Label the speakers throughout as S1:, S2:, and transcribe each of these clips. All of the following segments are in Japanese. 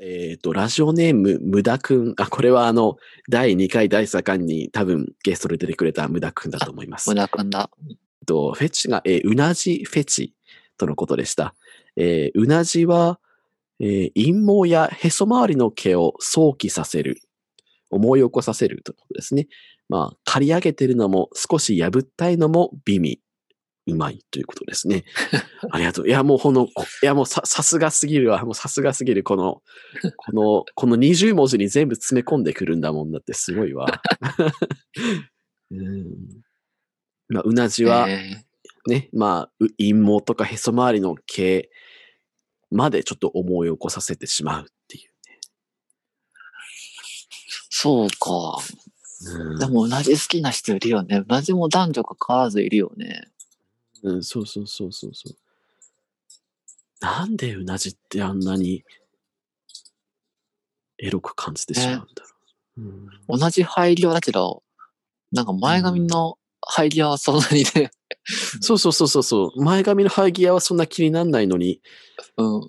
S1: えっ、と、ラジオネーム、無駄くん。あ、これはあの、第2回、第3回に多分ゲストで出てくれた無駄くんだと思います。
S2: 無駄くんだ。
S1: えっと、フェチが、えーうなじフェチとのことでした。えーうなじは、えー陰毛やへそ周りの毛を想起させる、思い起こさせるということですね。まあ、刈り上げてるのも少し破ったいのも美味。うまいということですね。ありがとう。いや、もうこの、こいや、もうさ、さすがすぎるわ。もうさすがすぎる。この、この、この20文字に全部詰め込んでくるんだもんだってすごいわ。うん。まあ、うなじは、
S2: え
S1: ね、まあ、う陰毛とかへそ周りの毛までちょっと思い起こさせてしまうってい
S2: ーそうか。
S1: う。
S2: でも、同じ好きな人いるよね。同じも男女か変わらずいるよね。
S1: うん、そうそうそうそうそう。なんでうなじってあんなにエロく感じてしまうんだろう。うん
S2: 同じ配慮だけど、なんか前髪の配慮はそんなにね、
S1: そうそうそうそうそう。前髪の生え際はそんな気になんないのに、
S2: うん。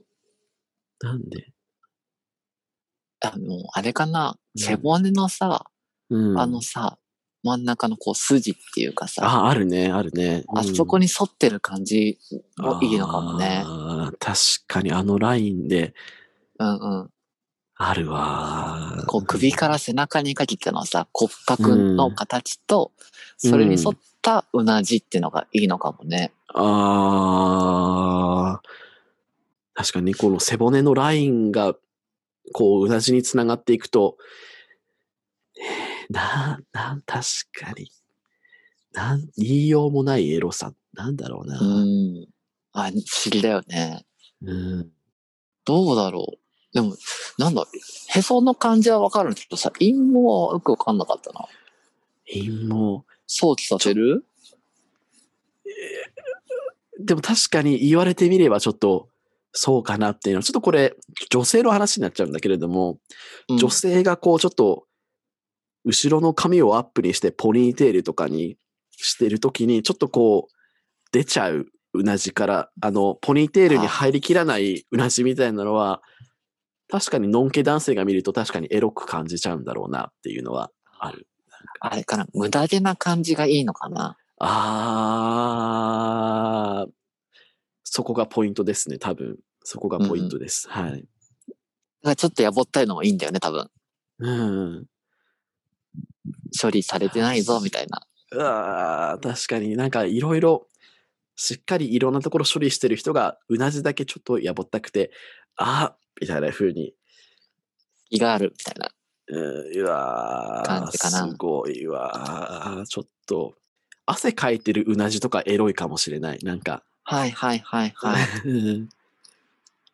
S1: なんで、
S2: あの、あれかな、
S1: うん
S2: 背骨のさ、
S1: うん、
S2: あのさ、真ん中のこう筋っていうかさ、
S1: あ、あるね、あるね。
S2: あそこに沿ってる感じもいいのかもね。
S1: あー確かにあのラインで
S2: うんうん。
S1: あるわ。
S2: こう首から背中にかけてのさ、骨格の形と、それに沿ったうなじっていうのがいいのかもね。
S1: あー確かにこの背骨のラインが、こう、うなじにつながっていくと、な、なん、確かに、なん、言いようもないエロさ、なんだろうな。
S2: うん。あ、不思議だよね。
S1: うん
S2: どうだろう。でも、なんだ、へその感じはわかるんだけどさ、陰謀はよくわかんなかったな。
S1: 陰謀。
S2: 想起させる
S1: でも確かに言われてみればちょっと、そうかなっていうのは、ちょっとこれ、女性の話になっちゃうんだけれども、
S2: うん
S1: 女性がこうちょっと、後ろの髪をアップにしてポニーテールとかにしてるときに、ちょっとこう、出ちゃううなじから、あの、ポニーテールに入りきらないうなじみたいなのは、確かにのんけ男性が見ると確かにエロく感じちゃうんだろうなっていうのはある。
S2: あれかな、無駄毛な感じがいいのかな。
S1: あー、そこがポイントですね、多分。そこがポイントです。はい。
S2: だからちょっとやぼったいのもいいんだよね、多分。
S1: うん。
S2: 処理されてないぞ、みたいな。
S1: うわー確かになんかいろいろしっかりいろんなところ処理してる人がうなじだけちょっとやぼったくてあーみたいな風に
S2: 気がある、みたいな。
S1: うんうわー
S2: 感じかな
S1: すごいわーちょっと汗かいてるうなじとかエロいかもしれないなんか、
S2: はいはいはいはい。
S1: うん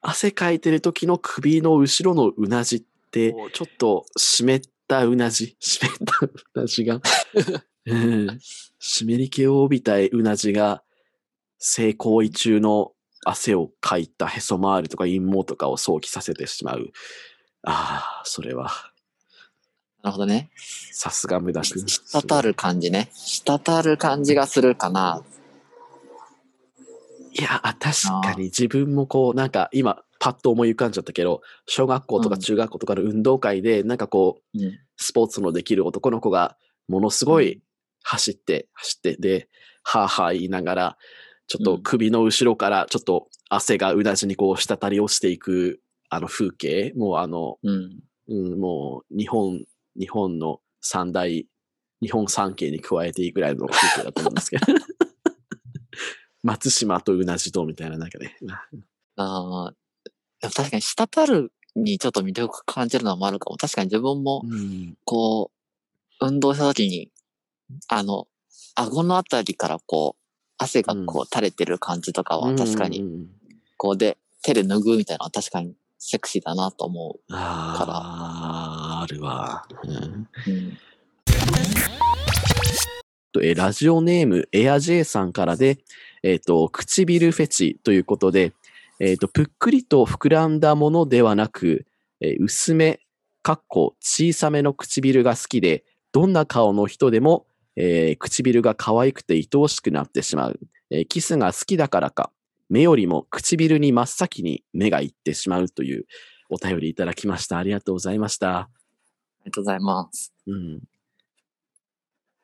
S1: 汗かいてる時の首の後ろのうなじってちょっと湿ったうなじ湿ったうなじ がうん湿り気を帯びたうなじが性行為中の汗をかいたへそ周りとか陰毛とかを想起させてしまう。ああ、それは、
S2: なるほどね。
S1: さすが無駄くん。
S2: 滴る感じね。滴る感じがするかな。
S1: いや、あ確かに自分もこう、なんか今、パッと思い浮かんじゃったけど、小学校とか
S2: うん
S1: 中学校とかの運動会で、なんかこう、
S2: うん。
S1: スポーツのできる男の子が、ものすごい走って、走って、で、はあはあ言いながら、ちょっ
S2: う
S1: と
S2: ん
S1: 首の後ろから、ちょっと汗がうなじにこう、滴り落ちていく、あの風景、もうあの、
S2: うん。
S1: うん、もう日本、日本の三大、日本三景に加えていいぐらいの風景だと思うんです けど。松島とうなじとみたいな、なんかね。
S2: ああ。でも確かに滴るにちょっと魅力感じるのもあるかも。確かに自分も、
S1: うん。
S2: こう、運動した時に、あの、顎のあたりからこう、汗がこう垂れてる感じとかは確かに、
S1: うん。
S2: こうで、手で拭うみたいなのは確かにセクシーだなと思
S1: ああ、あるわ。うん
S2: う。うん。
S1: とえーラジオネーム、エア J さんからで、えっ、と、唇フェチということで、えっ、と、ぷっくりと膨らんだものではなく、えー薄め、かっこ小さめの唇が好きで、どんな顔の人でも、えー唇が可愛くて愛おしくなってしまう、えーキスが好きだからか、目よりも唇に真っ先に目がいってしまうという、お便りいただきました。ありがとうございました。
S2: りがとうございます。
S1: うん。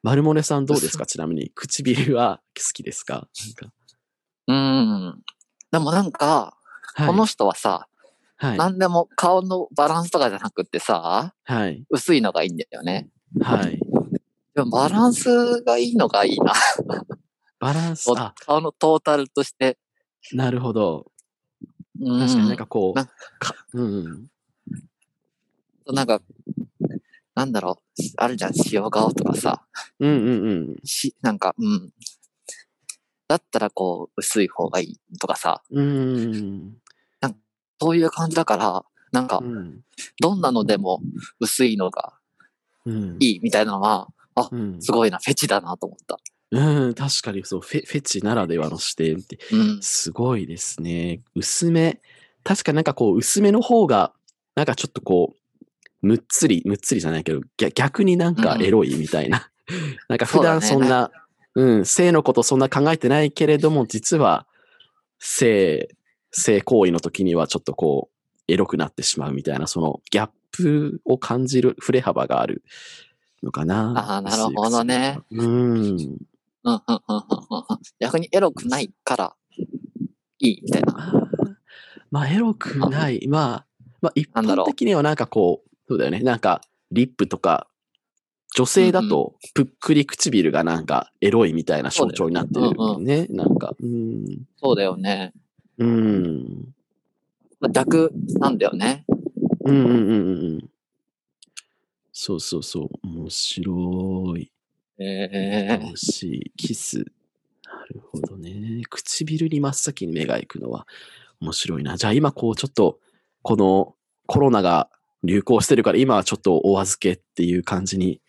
S1: 丸モネさんどう ですかちなみに。唇は好きですかなんか
S2: うん。でもなんか、
S1: はい
S2: この人はさ、
S1: はい。
S2: 何でも顔のバランスとかじゃなくってさ、
S1: はい。
S2: 薄いのがいいんだよね。
S1: はい。
S2: でもバランスがいいのがいいな。
S1: バランス、あ、
S2: 顔のトータルとして。
S1: なるほど。
S2: うん
S1: 確かになんかこう、
S2: なん
S1: かうんうん。
S2: なんか、なんだろう、あるじゃん、塩顔とかさ、
S1: うんうんうん。
S2: し、なんか、うん。だったらこう、薄い方がいいとかさ、
S1: うん。
S2: そういう感じだから、なんか
S1: う、ん。
S2: どんなのでも薄いのが
S1: うん。
S2: いいみたいなのは、
S1: うん
S2: すごいな、フェチだなと思った。
S1: うん、確かにそう、フェフェチならではの視点って、
S2: うん。
S1: すごいですね。薄め。確かになんかこう、薄めの方が、なんかちょっとこう、むっつり、むっつりじゃないけど、逆逆になんか
S2: うん
S1: エロいみたいな。 なんか
S2: そ
S1: 普
S2: うだね
S1: 段そんな、うん、性のことそんな考えてないけれども、実は、性、性行為の時にはちょっとこう、エロくなってしまうみたいな、そのギャップを感じる振れ幅があるのかな。
S2: あーなるほどね。
S1: うん。
S2: うん、うん、うん、うん、うん。逆にエロくないから、いいみたいな。
S1: あーまあ、エロく ない。まあ、まあ、一
S2: なんだ
S1: 般
S2: ろう
S1: 的にはなんかこう、そうだよね。なんか、リップとか、女性だと、ぷっくり唇がなんか、エロいみたいな象徴になってるよね。なんか、うん。
S2: そうだよね。
S1: うん。
S2: まあ逆なんだよね。
S1: うんうんうんうんうん。そうそうそう。面白い。
S2: ええ
S1: 楽しい。キス。なるほどね。唇に真っ先に目が行くのは面白いな。じゃあ今こうちょっと、このコロナが流行してるから今はちょっとお預けっていう感じに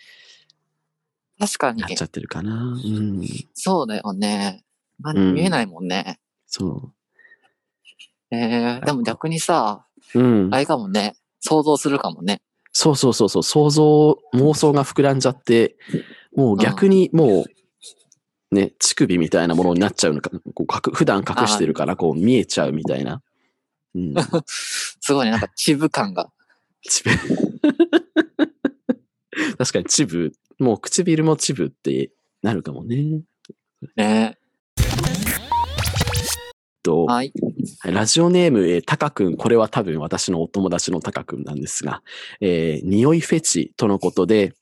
S2: 確かに
S1: なっ、ちゃってるかな。うん。
S2: そうだよね。まあ
S1: うん
S2: 見えないもんね。
S1: そ
S2: ええでも逆にさ、
S1: う。うん
S2: あ。れかもね、想像するかもね。
S1: そうそうそうそう。想像、妄想が膨らんじゃって、もう逆にもう、ね、乳首みたいなものになっちゃうのか、こう隠普段隠してるからこう見えちゃうみたいな。うん。
S2: すごいね、なんか渋感が。
S1: チブ。 確かにチブ、もう唇もチブってなるかもね。
S2: ね
S1: と、
S2: はい。
S1: ラジオネーム、えー、タカ君、これは多分私のお友達のタカ君なんですが、えー匂いフェチとのことで、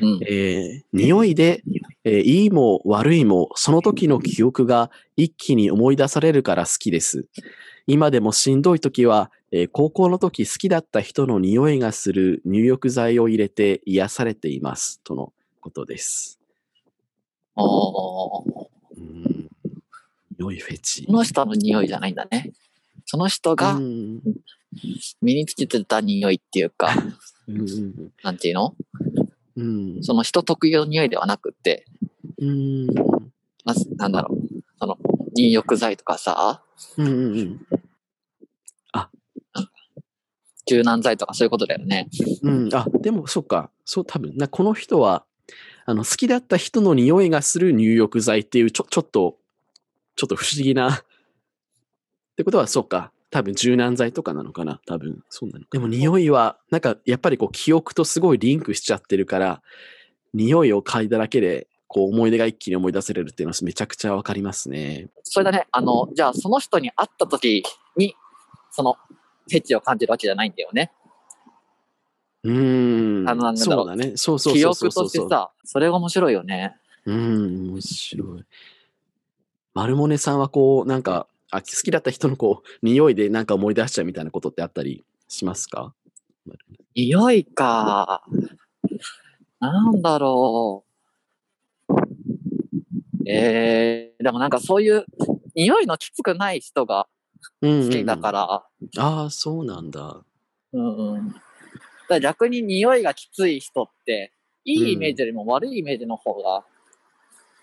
S2: うん。
S1: えー匂いで、えーいいも悪いも、その時の記憶が一気に思い出されるから好きです。今でもしんどい時は、えー高校の時好きだった人の匂いがする入浴剤を入れて癒されています。とのことです。
S2: おー
S1: うん匂いフェチ
S2: そ。の人の匂いじゃないんだね。その人
S1: う
S2: が
S1: ん
S2: 身につけてた匂いっていうか、
S1: うん
S2: なんていうの
S1: うん
S2: その人特有の匂いではなくって、
S1: うん
S2: まず、なんだろう。その、入浴剤とかさ、
S1: うんうんうん
S2: 柔軟剤とかそういうことだよね。
S1: うんあ、でも、そっか。そう、多分な、この人は、あの、好きだった人の匂いがする入浴剤っていう、ちょ、ちょっと、ちょっと不思議な。ってことは、そっか。多分、柔軟剤とかなのかな。多分、そうなのかな。でも、匂いは、なんか、やっぱりこう、記憶とすごいリンクしちゃってるから、匂いを嗅いだだけで、こう、思い出が一気に思い出せれるっていうのは、めちゃくちゃわかりますね。
S2: それだね、あの、じゃあその人に会った時に、その、フェチを感じるわけじゃないんだよね。
S1: うーん。
S2: あのなんだろ
S1: そ
S2: う
S1: うだね。そうそう
S2: 記
S1: そうそう
S2: 憶
S1: そ
S2: と
S1: う
S2: してさ、それが面白いよね。
S1: うん、面白い。丸モネさんはこう、なんか、あ好きだった人のこう、匂いでなんか思い出しちゃうみたいなことってあったりしますか
S2: 匂いか。なんだろう。えー、でもなんかそういう、匂いのきつくない人が
S1: 好
S2: 好きだから、
S1: ら。ああ、そうなんだ。
S2: うんうん。だから逆に匂いがきつい人って、いいイメージよりも悪いイメージの方が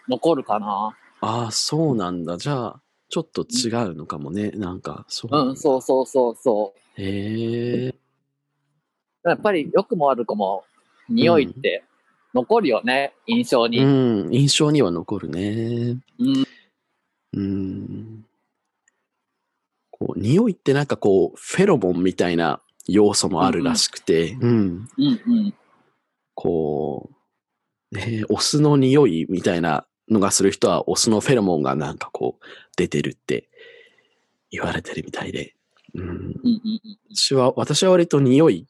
S2: 残るかな。
S1: ああ、そうなんだ。じゃあ、ちょっと違うのかもね。なんか、そう。
S2: うん、そうそうそうそう。
S1: へえ。
S2: やっぱり良くも悪くも匂いって残るよね、印象
S1: う
S2: に。
S1: ん、印象には残るね。
S2: うん。
S1: うん。こう匂いってなんかこう、フェロモンみたいな要素もあるらしくて、うん
S2: うんうん。
S1: こう、ね、オスの匂いみたいなのがする人は、オスのフェロモンがなんかこう、出てるって言われてるみたいで。うん、
S2: うんうんうん。
S1: 私は、私は割と匂い、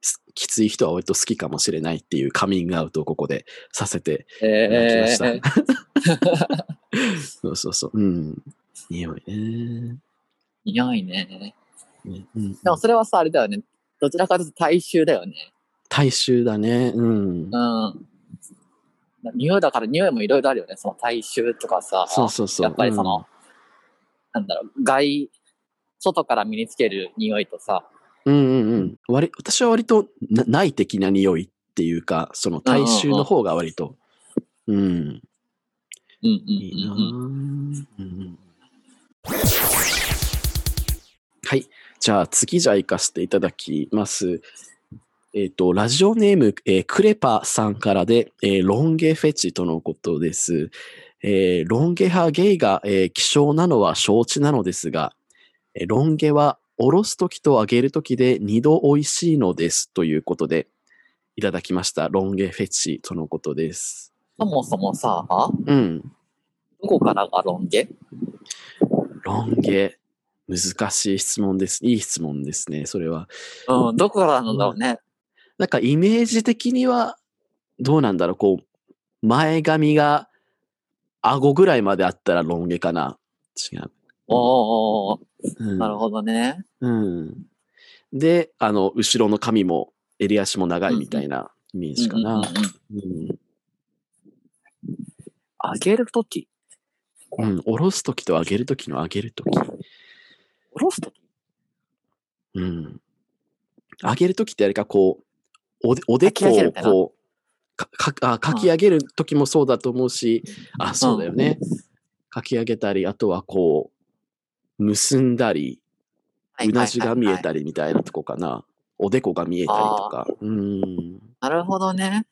S1: すきつい人は割と好きかもしれないっていうカミングアウトをここでさせていただきま
S2: え
S1: した。
S2: ー、
S1: そうそうそう。うん。匂いね。
S2: 匂いね。
S1: うんうん
S2: でもそれはさ、あれだよね。どちらかというと大衆だよね。
S1: 大衆だね。うん。
S2: うん。匂いだから匂いもいろいろあるよね。その大衆とかさ。
S1: そうそうそう。
S2: やっぱりその、なんだろう、外、外から身につける匂いとさ。
S1: うんうんうん。割私は割とな内的な匂いっていうか、その大衆の方が割と。うん。
S2: うんうん
S1: いいな
S2: うん
S1: ぁ、
S2: うん。
S1: うんうんはい。じゃあ次じゃあ行かせていただきます。えっ、と、ラジオネーム、えークレパさんからで、えーロン毛フェチとのことです。えーロン毛派ゲイが、えー希少なのは承知なのですが、えーロン毛はおろすときと揚げるときで二度美味しいのですということで、いただきました。ロン毛フェチとのことです。
S2: そもそもさ、
S1: うん。
S2: どこからがロン毛
S1: ロン毛。難しい質問です。いい質問ですね、それは。
S2: うん、どこからなんだろうね。
S1: なんかイメージ的には、どうなんだろう、こう、前髪が顎ぐらいまであったらロン毛かな。違う。
S2: おーおー
S1: う
S2: お
S1: ん、
S2: ーなるほどね。
S1: うん。で、あの、後ろの髪も、襟足も長いみたいなイメージか
S2: うんうん
S1: な。
S2: うん
S1: うん。
S2: 揚げるとき、
S1: うん。下ろすときと上げるときの上げるとき。
S2: おろすとき
S1: うん。上げるときってあれか、こう、おでおでこ
S2: かき上げる
S1: を
S2: みたいな
S1: こう、かかあかき上げるときもそうだと思うし、あ、そうだよね。かき上げたり、あとはこう、結んだり、うなじが見え
S2: り。
S1: たりみたいなとこかな。おでこが見えたりとか。うん。
S2: なるほどね。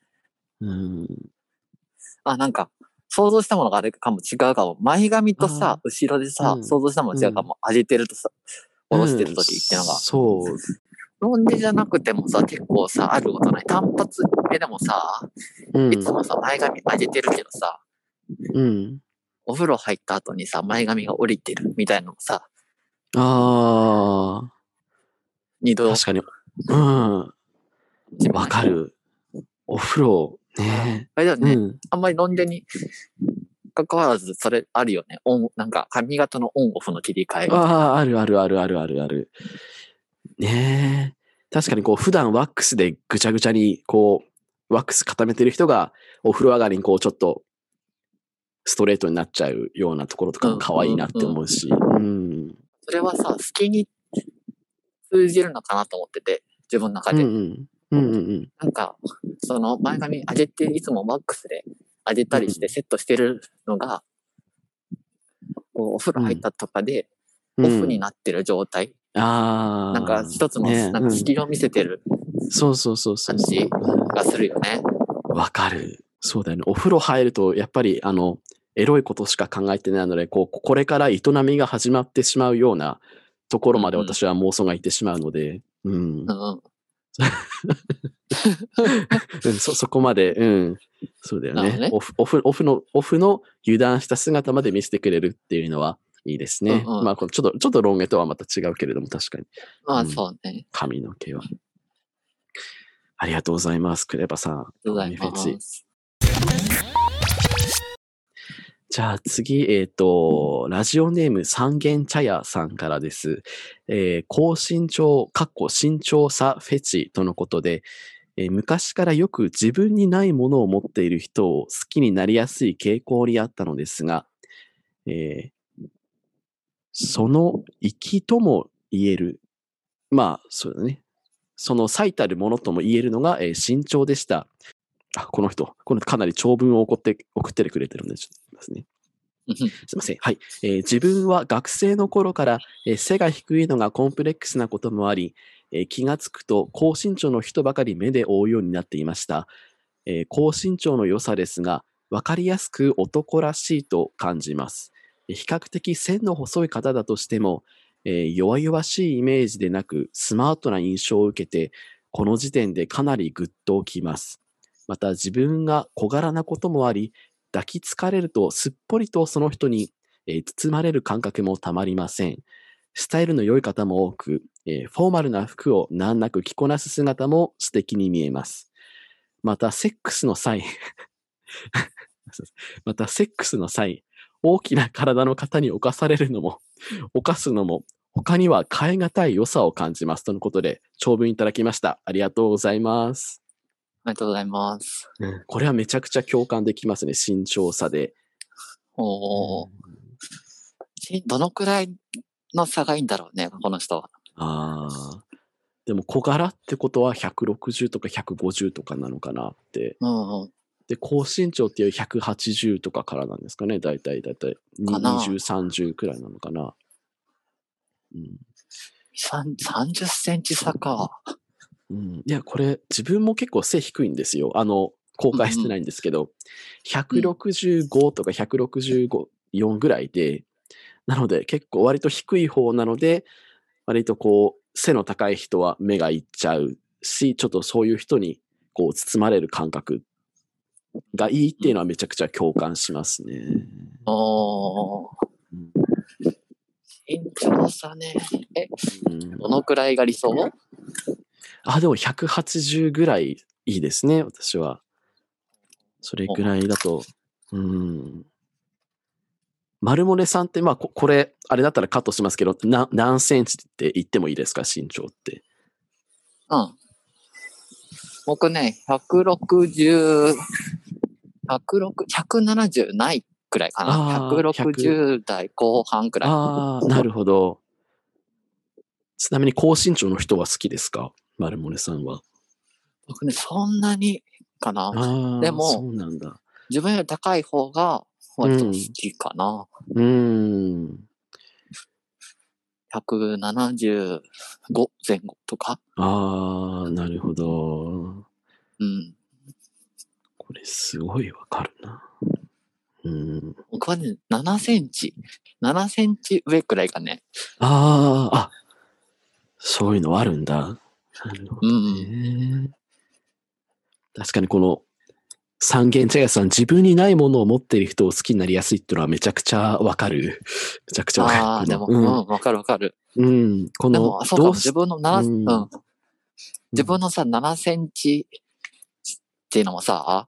S1: うん。
S2: あ、なんか、想像したものがあれかも違うかも。前髪と
S1: あー
S2: さ、後ろでさ、
S1: うん
S2: 想像したもの違うかも。上げてるとさ、下ろしてるときっていうのが
S1: うん。そう。
S2: ロン毛じゃなくてもさ、結構さ、あることない。単発ででもさ、
S1: うん
S2: いつもさ、前髪上げてるけどさ、
S1: うん。
S2: お風呂入った後にさ、前髪が降りてるみたいなのもさ、
S1: あ
S2: 二
S1: あ、
S2: 度
S1: 確かに。うん。わか。る。お風呂、ね。
S2: あれだよ
S1: う
S2: ね、
S1: ん。
S2: あんまりロン毛に関わらず、それあるよね。オン、なんか髪型のオンオフの切り替えみたいな。
S1: ああ、あるあるあるあるあるある。ねえ。確かにこう、普段ワックスでぐちゃぐちゃに、こう、ワックス固めてる人が、お風呂上がりにこう、ちょっと、ストレートになっちゃうようなところとかも可愛いなって思うし。うん。
S2: それはさ、好きに通じるのかなと思ってて、自分の中
S1: うんう
S2: で。
S1: ん。うんうん
S2: なんか、その前髪上げて、いつもワックスで上げたりし
S1: う
S2: てセットしてるのが、こう、お風呂入ったとかで、
S1: う
S2: オ
S1: ん。
S2: フになってる状態。
S1: ああ。
S2: なんか、一つの、
S1: ね
S2: なんか、
S1: うん
S2: 隙を見せてる
S1: そうそうそうそう
S2: 感
S1: そう。
S2: じがするよね。
S1: わかる。そうだよね。お風呂入ると、やっぱり、あの、エロいことしか考えてないので、こう、これから営みが始まってしまうようなところまで
S2: うんうん
S1: 私は妄想がいってしまうので、うん
S2: う。ん。
S1: うんそ、そこまで、うん。そうだよ
S2: なるほど
S1: ね
S2: ね。
S1: オフ、オフ、オフの、オフの油断した姿まで見せてくれるっていうのは、いいですね。
S2: うんうん
S1: まあ、このちょっと、ちょっとロン毛とはまた違うけれども、確かに、
S2: ま
S1: う
S2: あ、
S1: ん
S2: そうね。
S1: 髪の毛は。ありがとうございます、クレバさん。
S2: ありがとう
S1: フ
S2: ござ
S1: ェ
S2: い
S1: チ
S2: ます。
S1: じゃあ次、えっ、と、ラジオネーム三軒茶屋さんからです。えー高身長、かっこ身長差フェチとのことで、えー昔からよく自分にないものを持っている人を好きになりやすい傾向にあったのですが、えーその粋とも言える、まあ、そうだね。その最たるものとも言えるのが、えー身長でした。あ、この人、この人かなり長文を送って、送ってくれてるんで、ちょっと言いますね。すいません。はい、えー自分は学生の頃から、えー背が低いのがコンプレックスなこともあり、えー気がつくと高身長の人ばかり目で追うようになっていました。えー高身長の良さですが、わかりやすく男らしいと感じます。えー比較的線の細い方だとしても、えー弱々しいイメージでなく、スマートな印象を受けて、この時点でかなりグッときます。また自分が小柄なこともあり、抱きつかれるとすっぽりとその人に、えー包まれる感覚もたまりません。スタイルの良い方も多く、えーフォーマルな服を難なく着こなす姿も素敵に見えます。また、セックスの際、 また、セックスの際、大きな体の方に侵されるのも、犯すのも、他には変え難い良さを感じます。とのことで、長文いただきました。ありがとうございます。
S2: ありがとうございます。
S1: これはめちゃくちゃ共感できますね、慎重さで。
S2: おお、しどのくらいの差がいいんだろうね、この人は。
S1: ああ。でも小柄ってことは160とか150とかなのかなって。
S2: うんうん。
S1: で、高身長っていう180とかからなんですかね、大体、大体。に
S2: かな
S1: 20、30くらいなのかな。うん
S2: さん30センチ差か。
S1: うん、いや、これ、自分も結構背低いんですよ。あの、公開してないんですけど、165とか164ぐらいで、なので結構割と低い方なので、割とこう、背の高い人は目がいっちゃうし、ちょっとそういう人にこう包まれる感覚がいいっていうのはめちゃくちゃ共感しますね。
S2: おお。
S1: うん
S2: 身長差ね。え、
S1: うん
S2: どのくらいが理想
S1: あ、でも180ぐらいいいですね、私は。それぐらいだと。うん。丸モネさんって、まあこ、これ、あれだったらカットしますけど、な何センチって言ってもいいですか、身長って。
S2: うん。僕ね、160、106、170ないくらいかな。
S1: あー
S2: 160代後半くらい。
S1: ああ、なるほど。ちなみに高身長の人は好きですか丸モネさんは。
S2: 僕ね、そんなにかな。
S1: ああ、
S2: でも
S1: そうなんだ。
S2: 自分より高い方が割と好きかな。
S1: うん。
S2: 175前後とか。
S1: ああ、なるほど。
S2: うん。
S1: これすごいわかるな。うん。
S2: 僕はね、7センチ。7センチ上くらいがね。
S1: ああ、あ、そういうのあるんだ。なるほ
S2: う
S1: ど
S2: ん。
S1: ね。確かにこの三軒茶屋さん、自分にないものを持っている人を好きになりやすいっていうのはめちゃくちゃわかる。めちゃくちゃわかる。
S2: ああ、でも、
S1: う
S2: うん、
S1: ん
S2: わ、かるわかる。
S1: うん。こ
S2: で
S1: の
S2: も、、そうか
S1: ど
S2: も。
S1: うし
S2: 自分の7、
S1: うん
S2: うん、自分のさ、7センチっていうのもさ、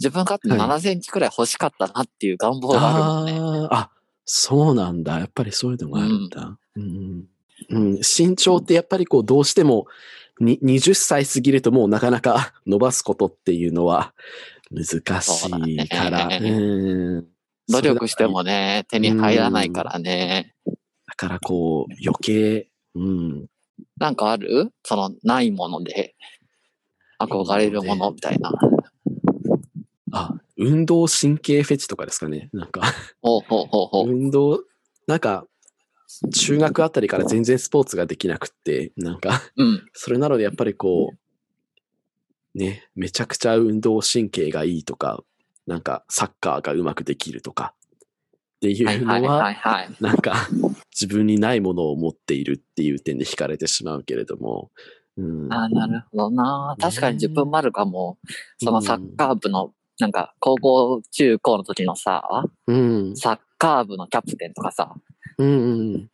S2: 自分があと
S1: はい
S2: 7センチくらい欲しかったなっていう願望があるもんね。
S1: あーあそうなんだ。やっぱりそういうのがあるんだ。うんうん身長ってやっぱりこうどうしてもに20歳過ぎるともうなかなか伸ばすことっていうのは難しいから。
S2: そうだね
S1: うん
S2: 努力しても
S1: それだ
S2: ね、手に入らないからね。
S1: だからこう余計、うん、
S2: なんかあるその、ないもので、憧れるものみたいな。
S1: あ、運動神経フェチとかですかね。なんか
S2: ほうほうほうほう。
S1: 運動、なんか中学あたりから全然スポーツができなくって、なんか
S2: うん。
S1: それなのでやっぱりこう、ね、めちゃくちゃ運動神経がいいとか、なんかサッカーがうまくできるとかってい
S2: はい
S1: う
S2: はいはい
S1: の
S2: は
S1: は、
S2: いはい。
S1: なんか自分にないものを持っているっていう点で惹かれてしまうけれども、うん、
S2: ああ、なるほどな。確かに自分丸がもう、そのサッカー部の、なんか、高校、中高の時のさ、
S1: うん、
S2: サッカー部のキャプテンとかさ、
S1: うん、うん、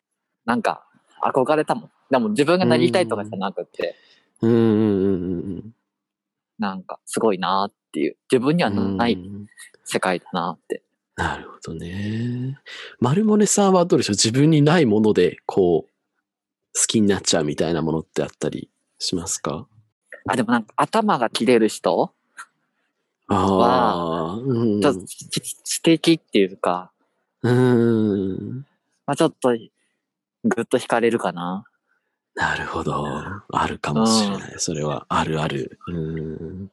S2: なんか、憧れたもん。でも自分がなりたいとかじゃなくて、
S1: うん、うん、うん、うん、
S2: なんか、すごいなーっていう。自分にはない
S1: うん
S2: 世界だなーって。
S1: なるほどね。丸モネさんはどうでしょう自分にないもので、こう、好きになっちゃうみたいなものってあったりしますか
S2: あ、でもなんか、頭が切れる人
S1: ああ、うん
S2: ちょっと知知的っていうか、
S1: うん。
S2: まあちょっと、ぐっと惹かれるかな。
S1: なるほど。あるかもしれない。それは、あるある。うん。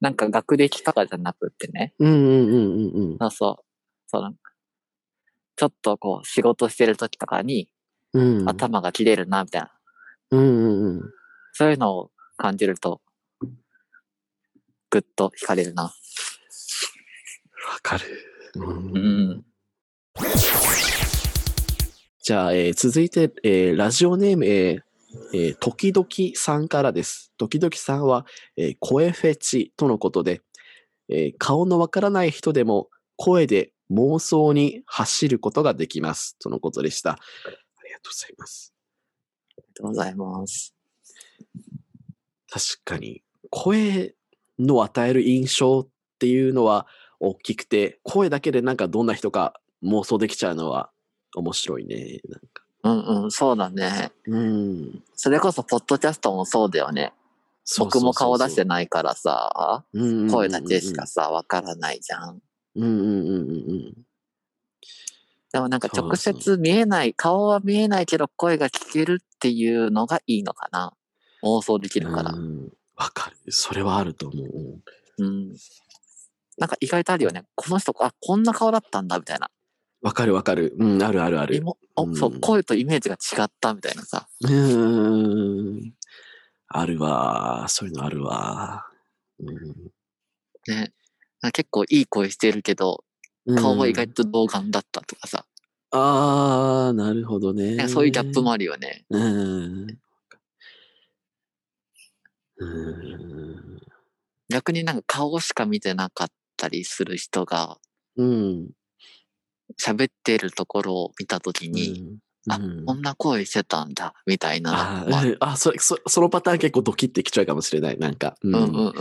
S2: なんか、学歴とかじゃなくてね。
S1: うんうんうんうん
S2: そうそう。そうなんかちょっとこう、仕事してる時とかに、
S1: うん。うん。
S2: 頭が切れるな、みたいな。
S1: うんうんうん。
S2: そういうのを感じると、ぐっと惹かれるな。
S1: わかる。う。
S2: うんん。
S1: じゃあ、えー続いて、えーラジオネーム、えーえー時々さんからです。時々さんは、えー声フェチとのことで、えー顔のわからない人でも声で妄想に走ることができます。とのことでした。ありがとうございます。
S2: りがとうございます。
S1: 確かに、声の与える印象っていうのは大きくて、声だけでなんかどんな人か妄想できちゃうのは面白いね。なんか
S2: うんうん、そうだね。
S1: うん。
S2: それこそ、ポッドキャストもそうだよね。
S1: そうそうそうそう
S2: 僕も顔出してないからさ、声だけしか
S1: す
S2: さ、わからないじゃん。
S1: うんうんうんうん
S2: でもなんか
S1: そう
S2: 直
S1: そ
S2: 接見えない、顔は見えないけど声が聞けるっていうのがいいのかな。妄想でき
S1: う
S2: る
S1: ん。
S2: から。
S1: うんわかる。それはあると思う。
S2: うん。なんか意外とあるよね。この人、あ、こんな顔だったんだ、みたいな。
S1: わかるわかる。うん、あるあるある。
S2: 今お
S1: うん
S2: そう、声とイメージが違った、みたいなさ。
S1: うーん。あるわ。そういうのあるわ。う
S2: ね。なんか結構いい声してるけど、
S1: ん、
S2: 顔も意
S1: う
S2: 外
S1: ん
S2: と童顔だったとかさ。
S1: ああ、なるほど
S2: なん
S1: ね。
S2: かそういうギャップもあるよね。
S1: うん。うん。
S2: 逆になんか顔しか見てなかったりする人が、
S1: うん。
S2: 喋ってるところを見たときに、
S1: うん、
S2: あ
S1: うん
S2: こんな声してたんだ、みたいな
S1: あ
S2: のは。
S1: ー あそそ、そのパターン結構ドキッてきちゃうかもしれない。なんか。
S2: うんうんうんうん。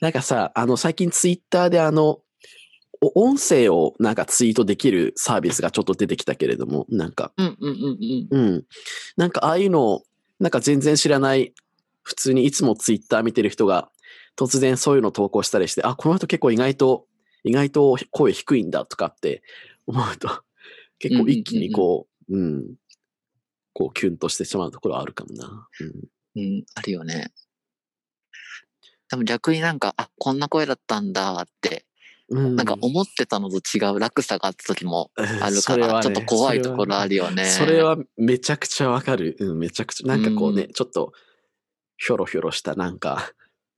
S1: なんかさ、あの、最近ツイッターであの、お音声をなんかツイートできるサービスがちょっと出てきたけれども、なんか、
S2: うんうんうんうん。
S1: うん。なんかああいうのを、なんか全然知らない、普通にいつもツイッター見てる人が、突然そういうの投稿したりして、あ、この人結構意外と、意外と声低いんだとかって思うと、 結構一気にこう、うんこう、キュンとしてしまうところはあるかもな。
S2: うん、あるよね。でも逆になんか、あ、こんな声だったんだって、
S1: うん。う
S2: なんか思ってたのと違う落差があった時もある
S1: そ
S2: か
S1: れ
S2: ら、
S1: は
S2: ちょ
S1: ね
S2: っと怖いところあるよね。
S1: それはめちゃくちゃわかる。うん、めちゃくちゃ。なんかこうね、
S2: うん
S1: ちょっと、ひょろひょろした、なんか、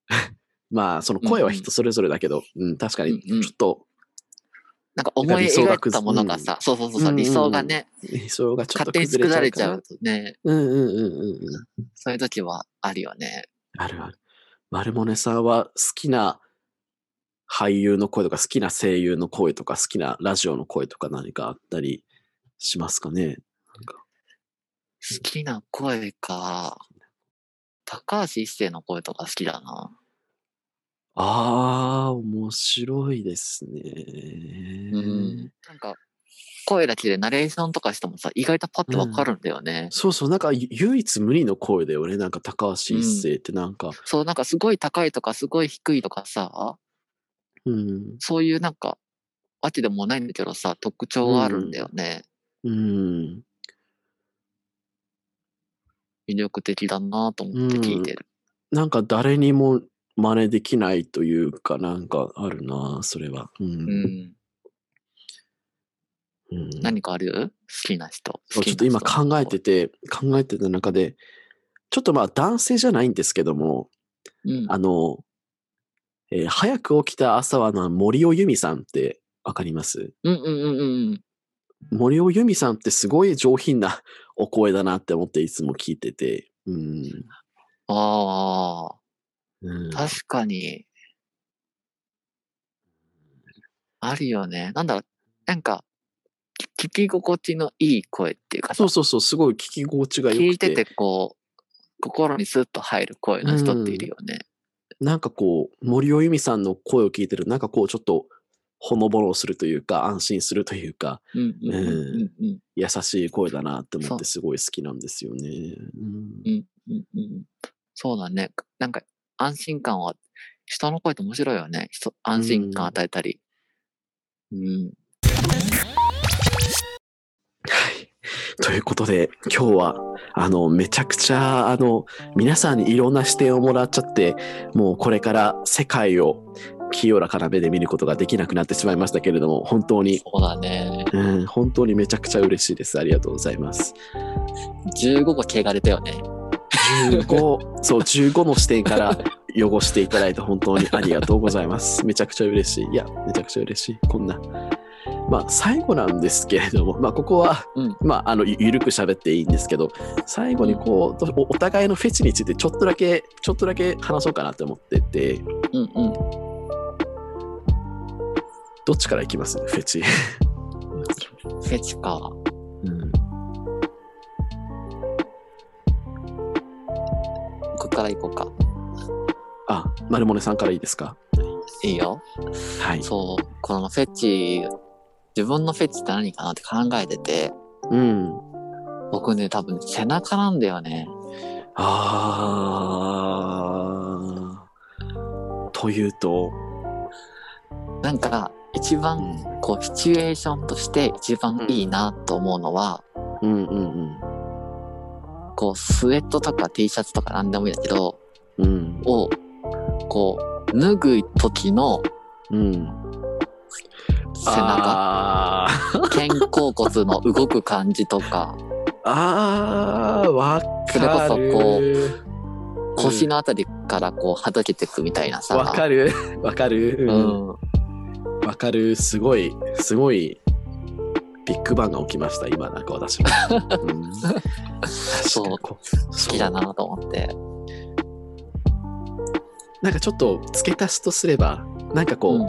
S1: まあ、その声は人それぞれだけど、うん、確かに、
S2: うんうん
S1: ちょっと、
S2: なんか思い描いたものが
S1: な
S2: さ、そうそうそう
S1: うん
S2: そ
S1: うん
S2: う、
S1: うん
S2: 理想がね、
S1: 理想がちょっ
S2: 勝
S1: と
S2: 手に
S1: 崩
S2: 作
S1: れちゃう
S2: ら
S1: かな
S2: れちゃうとね、
S1: うんうんうんうんうん。
S2: そういう時はあるよね。
S1: あるある。丸モネさんは好きな俳優の声とか、好きな声優の声とか、好きなラジオの声とか何かあったりしますかね
S2: 好きな声か。高橋一生の声とか好きだな。
S1: ああ、面白いですね。
S2: うん。なんか、声だけでナレーションとかしてもさ、意外とパッとわかるんだよね。
S1: そうそう、なんかゆ唯一無二の声だよね。なんか高橋一生ってなんか、
S2: そう、なんかすごい高いとかすごい低いとかさ、
S1: うん、
S2: そういうなんか、わけでもないんだけどさ、特徴があるんだよね。
S1: うん、
S2: 魅力的だなと思って聞いてる。
S1: なんか誰にも真似できないというか、なんかあるな、それは。う。
S2: うんん。
S1: うん
S2: 何かある好きな人。
S1: そうちょっと今
S2: 好きな人
S1: 考えてて、考えてた中で、ちょっとまあ男性じゃないんですけども、
S2: うん。
S1: あの、えー早く起きた朝はの森尾由美さんってわかります
S2: うんうんうんうん。
S1: 森尾由美さんってすごい上品なお声だなって思っていつも聞いてて、うん。
S2: あ
S1: うん
S2: あ、確かに。あるよね。なんだろう、なんか、聞き心地のいい声っていうかさ
S1: そうそうそう、すごい聞き心地が良くて。
S2: 聞いててこう、心にスッと入る声の人っているよね。
S1: なんかこう、森尾由美さんの声を聞いてるとなんかこう、ちょっと、ほのぼのするというか、安心するというか、
S2: うんうんうんうんうん
S1: 優しい声だなって思って、
S2: そう
S1: すごい好きなんですよね。うん
S2: うんうんそうだね。なんか安心感は、人の声って面白いよね。人安心感与えたり。うん。
S1: はい。ということで、今日は、あの、めちゃくちゃ、あの、皆さんにいろんな視点をもらっちゃって、もうこれから世界を清らかな目で見ることができなくなってしまいましたけれども、本当に、
S2: そうだね。
S1: うん、本当にめちゃくちゃ嬉しいです。ありがとうございます。
S2: 15個汚れたよね。
S1: 15、そう、15の視点から汚していただいて本当にありがとうございます。めちゃくちゃ嬉しい。いや、めちゃくちゃ嬉しい。こんな。まあ、最後なんですけれども、まあ、ここは、
S2: うん
S1: まあ、あのゆゆるく喋っていいんですけど最後にこうおお互いのフェチについてちょっとだけちょっとだけ話そうかなって思ってて
S2: うんうん。
S1: どっちからいきますフェチ、
S2: フェチか。
S1: うん、
S2: ここから行こうか。
S1: あ丸モネさんからいいですか
S2: いいよ。
S1: はい
S2: そう、このフェチ、自分のフェチって何かなって考えてて、
S1: うん
S2: 僕ね、多分ね背中なんだよね。
S1: あーというと、
S2: なんか、一番、こう、シチュエーションとして一番いいなと思うのは、
S1: うんうん
S2: こう、スウェットとか T シャツとか何でもいいんだけど、
S1: うんうん
S2: を、こう、脱ぐ時の
S1: うん
S2: 背中、
S1: あー
S2: 肩甲骨の動く感じとか、
S1: あーわか
S2: それこそこ
S1: る
S2: 腰のあたりからこう、はどけてくみたいなさ。
S1: わかるわかる
S2: う
S1: うん
S2: ん。
S1: わかるすごいすごいビッグバンが起きました今なんか私も、 うん、確
S2: そう
S1: かにこ
S2: 好きだなと思って。
S1: なんかちょっと付け足しとすればなんかこう、
S2: うん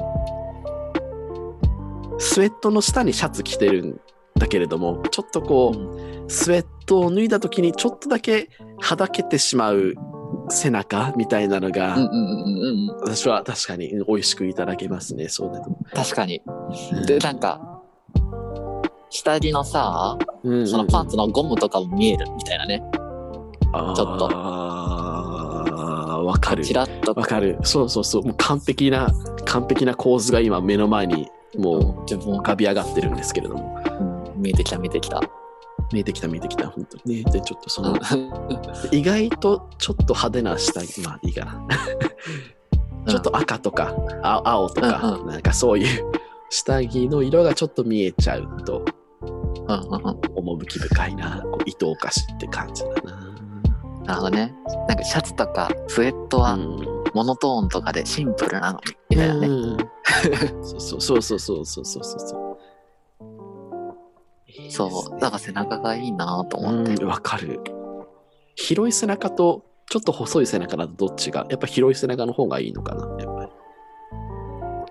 S1: スウェットの下にシャツ着てるんだけれどもちょっとこう、スウェットを脱いだ時にちょっとだけはだけてしまう背中みたいなのが、
S2: うんうんうんうんうん。
S1: 私は確かに美味しくいただけますねそうだと。
S2: 確かに。で、なんか、下着のさ、
S1: うんうんうん
S2: そのパンツのゴムとかも見えるみたいなね。
S1: あー
S2: ちょっと
S1: わかる
S2: チラッと
S1: わかるそうそうそうもう完璧な完璧な構図が今目の前にも
S2: 自分
S1: う浮かび上がってるんですけれども
S2: うん見えてきた見えてきた。
S1: 見えてきた見えてきた本当にねでちょっとその
S2: う
S1: 意外とちょっと派手な下着まあいいかなちょっと赤とか、あ青とか、
S2: うん
S1: なんかそういう下着の色がちょっと見えちゃうと
S2: んうんうん
S1: 趣深いなこう糸おかしって感じだな
S2: なるほどね。なんかシャツとかスウェットは
S1: うん
S2: モノトーンとかでシンプルなのにみたいなね。
S1: うんそうそうそうそうそうそうそうそういいですね
S2: そう。なんか背中がいいなと思って。
S1: うんわかる広い背中とちょっと細い背中だとどっちがやっぱ広い背中の方がいいのかなやっぱ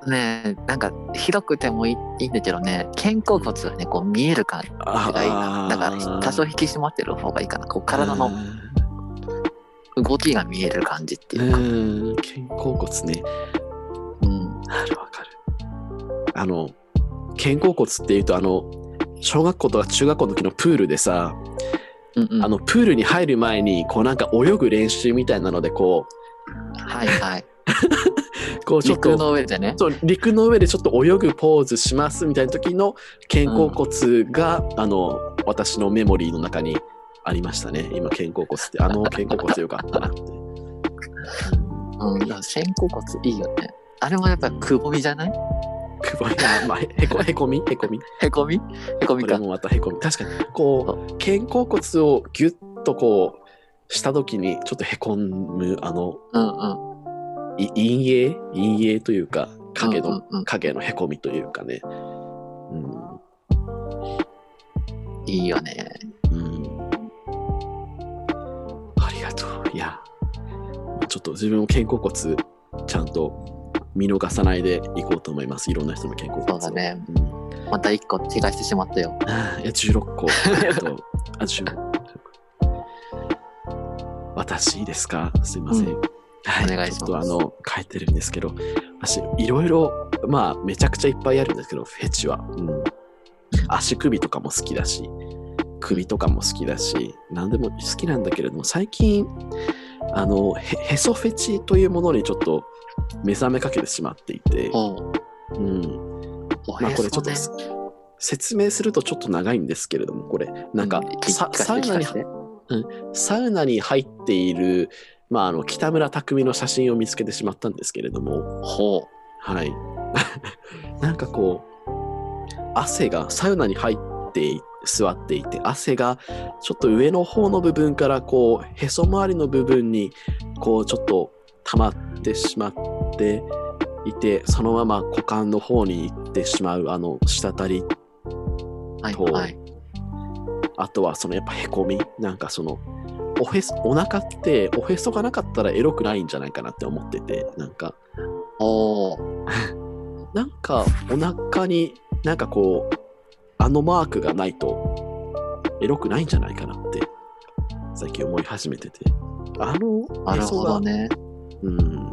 S1: り
S2: ねえ、なんか広くてもいいいいんだけどね、肩甲骨がね、こう見える感じ
S1: あ
S2: がいいな。だから多少引き締まってる方がいいかな。こう体の動きが見える感じっていう
S1: う
S2: か。
S1: ん肩甲骨ね
S2: うん。
S1: なるわかるあの肩甲骨っていうとあの小学校とか中学校の時のプールでさ、
S2: うんうん。
S1: あのプールに入る前にこうなんか泳ぐ練習みたいなのでこ
S2: はいはい。
S1: うこうちょっ
S2: 陸
S1: と
S2: の上でね。
S1: そう陸の上でちょっと泳ぐポーズしますみたいな時の肩甲骨が、あの私のメモリーの中にありましたね今肩甲骨ってあの肩甲骨よかったなって
S2: うん。肩甲骨いいよね。あれもやっぱくぼみじゃない
S1: くぼみあまあへへこへこみへこみ
S2: へこみへこみ
S1: これ
S2: か。
S1: もまたへこみ確かにこう肩甲骨をギュッとこうした時にちょっとへこむあの
S2: うんうん。
S1: い陰影陰影というか影の、
S2: うんうんうん
S1: 影のへこみというかね
S2: いいよね。
S1: うん、うん、ありがとういやちょっと自分も肩甲骨ちゃんと見逃さないでいこうと思いますいろんな人の肩甲骨を
S2: そうだね
S1: うん
S2: また一個違いしてしまったよ。
S1: いや、16個。えっと、あ、16私いいですかすいません。
S2: うん
S1: は
S2: お願いします
S1: ちょっとあの、書いてるんですけど、私、いろいろ、まあ、めちゃくちゃいっぱいあるんですけど、フェチは。うん足首とかも好きだし、首とかも好きだし、何でも好きなんだけれども、最近、あの、へへそフェチというものにちょっと目覚めかけてしまっていて、
S2: おう
S1: うん、
S2: おへそね。
S1: まあこれちょっと
S2: う
S1: 説明するとちょっと長いんですけれどもこれなんか
S2: 聞
S1: さ
S2: かせて
S1: サウナに
S2: 聞かせて
S1: サウナに入っている、まあ、あの北村匠海の写真を見つけてしまったんですけれども
S2: ほ
S1: はい なんかこう汗がサウナに入ってい座っていて汗がちょっと上の方の部分からこうへそ周りの部分にこうちょっと溜まってしまっていて、そのまま股間の方に行ってしまう、あの、滴り
S2: はい
S1: と
S2: はい。
S1: あとはそのやっぱへこみなんかそのおへそお腹っておへそがなかったらエロくないんじゃないかなって思っててなんか
S2: おー。
S1: なんかお腹になんかこうあのマークがないとエロくないんじゃないかなって最近思い始めててあの
S2: な
S1: へ
S2: る
S1: そ
S2: ほ
S1: が
S2: どね。
S1: うん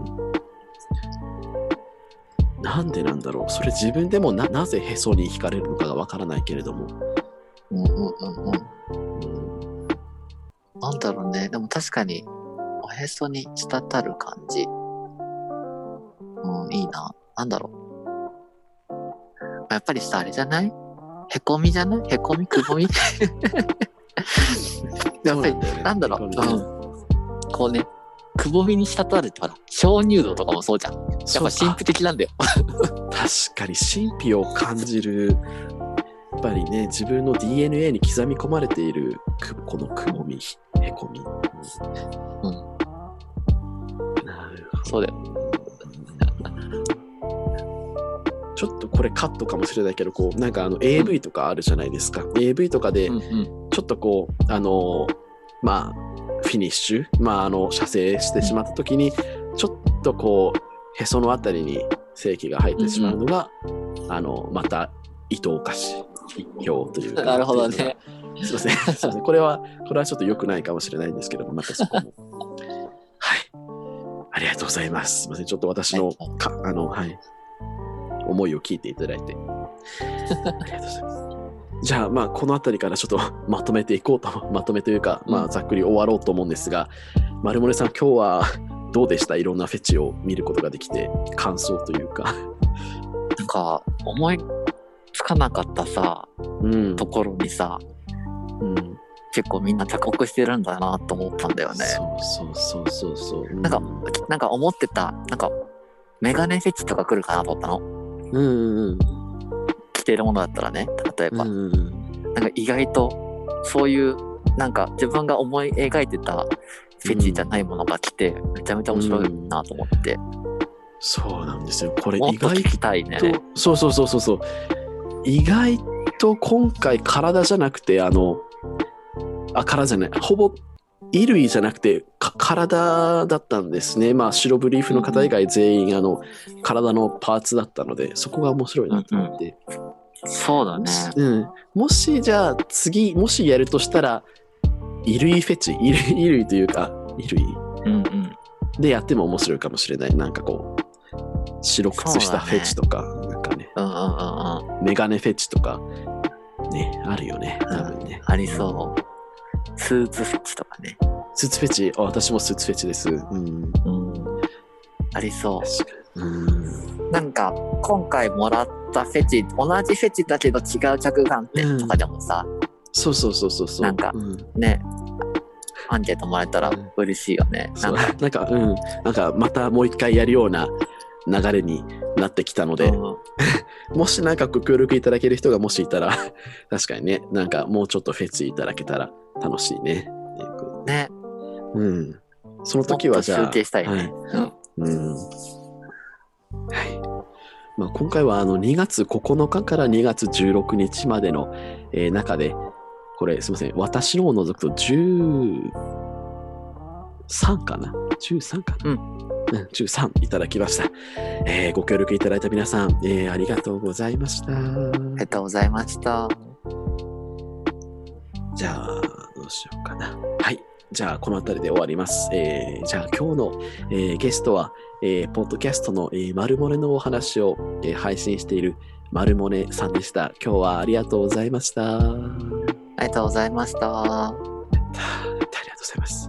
S1: なんでなんだろうそれ自分でもななぜへそに惹かれるのかがわからないけれども、
S2: うんうんうんうん。
S1: うん
S2: なんだろうね。でも確かに、おへそに滴る感じ。うん、いいな。なんだろう。やっぱりさ、あれじゃないへこみじゃないへこみくぼ みやっぱり、なんだろう。
S1: そうなんだよね
S2: うんこうね、くぼみに滴るってほら、鍾乳洞とかもそうじゃん。やっぱ神
S1: そう
S2: 秘的なんだよ。
S1: 確かに神秘を感じるやっぱりね自分の DNA に刻み込まれているくこのくぼみへこみ、うん、なるほど
S2: そうだよ。
S1: ちょっとこれカットかもしれないけどこうなんかあの AV とかあるじゃないですか、AV とかで
S2: うんうん。
S1: ちょっとこうあのまあフィニッシュまああの射精してしまった時にちょっとこうへそのあたりに精液が入ってしまうのが、あのまた愛おかしい表というか
S2: なるほどね。
S1: すいません。 すいません。これは、これはちょっと良くないかもしれないんですけども、またそこも。 はい。ありがとうございます。すいません。ちょっと私の
S2: は、い
S1: か、あの、はい。思いを聞いていただいて。ありがとうございます。じゃあ、まあ、この辺りからちょっと まとめていこうと、 まとめというか、ま
S2: う
S1: あ、
S2: ん
S1: ざっくり終わろうと思うんですが、丸森さん、今日は どうでしたいろんなフェチを見ることができて、感想というか。
S2: なんか、思いつかなかったさ、
S1: うん。
S2: ところにさ、
S1: うん
S2: 結構みんな多国してるんだなと思ったんだよね。
S1: そうそうそうそうそう。う
S2: なんかなんか思ってた、なんか、メガネフェチとか来るかなと思ったの。
S1: うんうんうん。
S2: 着てるものだったらね。例えば、
S1: うんうん
S2: なんか意外と、そういう、なんか自分が思い描いてたフェチじゃないものが来て、めちゃめちゃ面白いなと思って、
S1: そうなんですよ。これ
S2: もっ
S1: 意
S2: と
S1: 外
S2: 聞きたいね。
S1: と、そうそうそうそうそう。意外と今回体じゃなくて、あの、あ、体じゃない、ほぼ衣類じゃなくて、か体だったんですね。まあ、白ブリーフの方以外全員、あの、体のパーツだったので、そこが面白いなと思って。
S2: そうだね。
S1: うん、もしじゃあ次もしやるとしたら衣類フェチ衣類衣類というか衣類
S2: うんうん。
S1: でやっても面白いかもしれないなんかこう白靴下フェチとか、なんかね
S2: うんうんうんうん。
S1: メガネフェチとかねあるよね多分ね、
S2: ありそう。スーツフェチとかね。
S1: スーツフェチあ私もスーツフェチですうん
S2: うん。ありそう。
S1: 確かにうん
S2: なんか今回もらったフェチ同じフェチだけど違う着眼点とかでもさ、
S1: そうそうそうそうそう
S2: なんか
S1: うん
S2: ねアンケートもらえたら嬉しいよね、
S1: そ
S2: な
S1: うん
S2: か
S1: なんかうんなんかまたもう一回やるような流れになってきたので、
S2: うん
S1: もしなんかご協力いただける人がもしいたら、 確かにね、なんかもうちょっとフェチいただけたら楽しいね。
S2: ね
S1: うん。その時はじゃあ。
S2: もっと集計したいね
S1: は
S2: うん
S1: うん。はい。まあ、今回はあの2月9日から2月16日までの、えー中で、これすみません、私のを除くと13かな ?13 かな
S2: うん
S1: うん、13いただきました、えーご協力いただいた皆さん、えーありがとうございました。
S2: ありがとうございました
S1: じゃあ、どうしようかな。はい。じゃあ、この辺りで終わります。えーじゃあ、今日の、えーゲストは、えーポッドキャストの、えー、マルモネのお話を、えー配信しているマルモネさんでした。今日はありがとうございました。ありがとう
S2: ありがとうございました
S1: ございます。